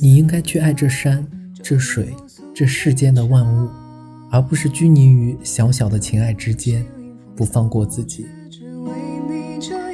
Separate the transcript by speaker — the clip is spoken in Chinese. Speaker 1: 你应该去爱这山、这水、这世间的万物，而不是拘泥于小小的情爱之间，不放过自己。只为你这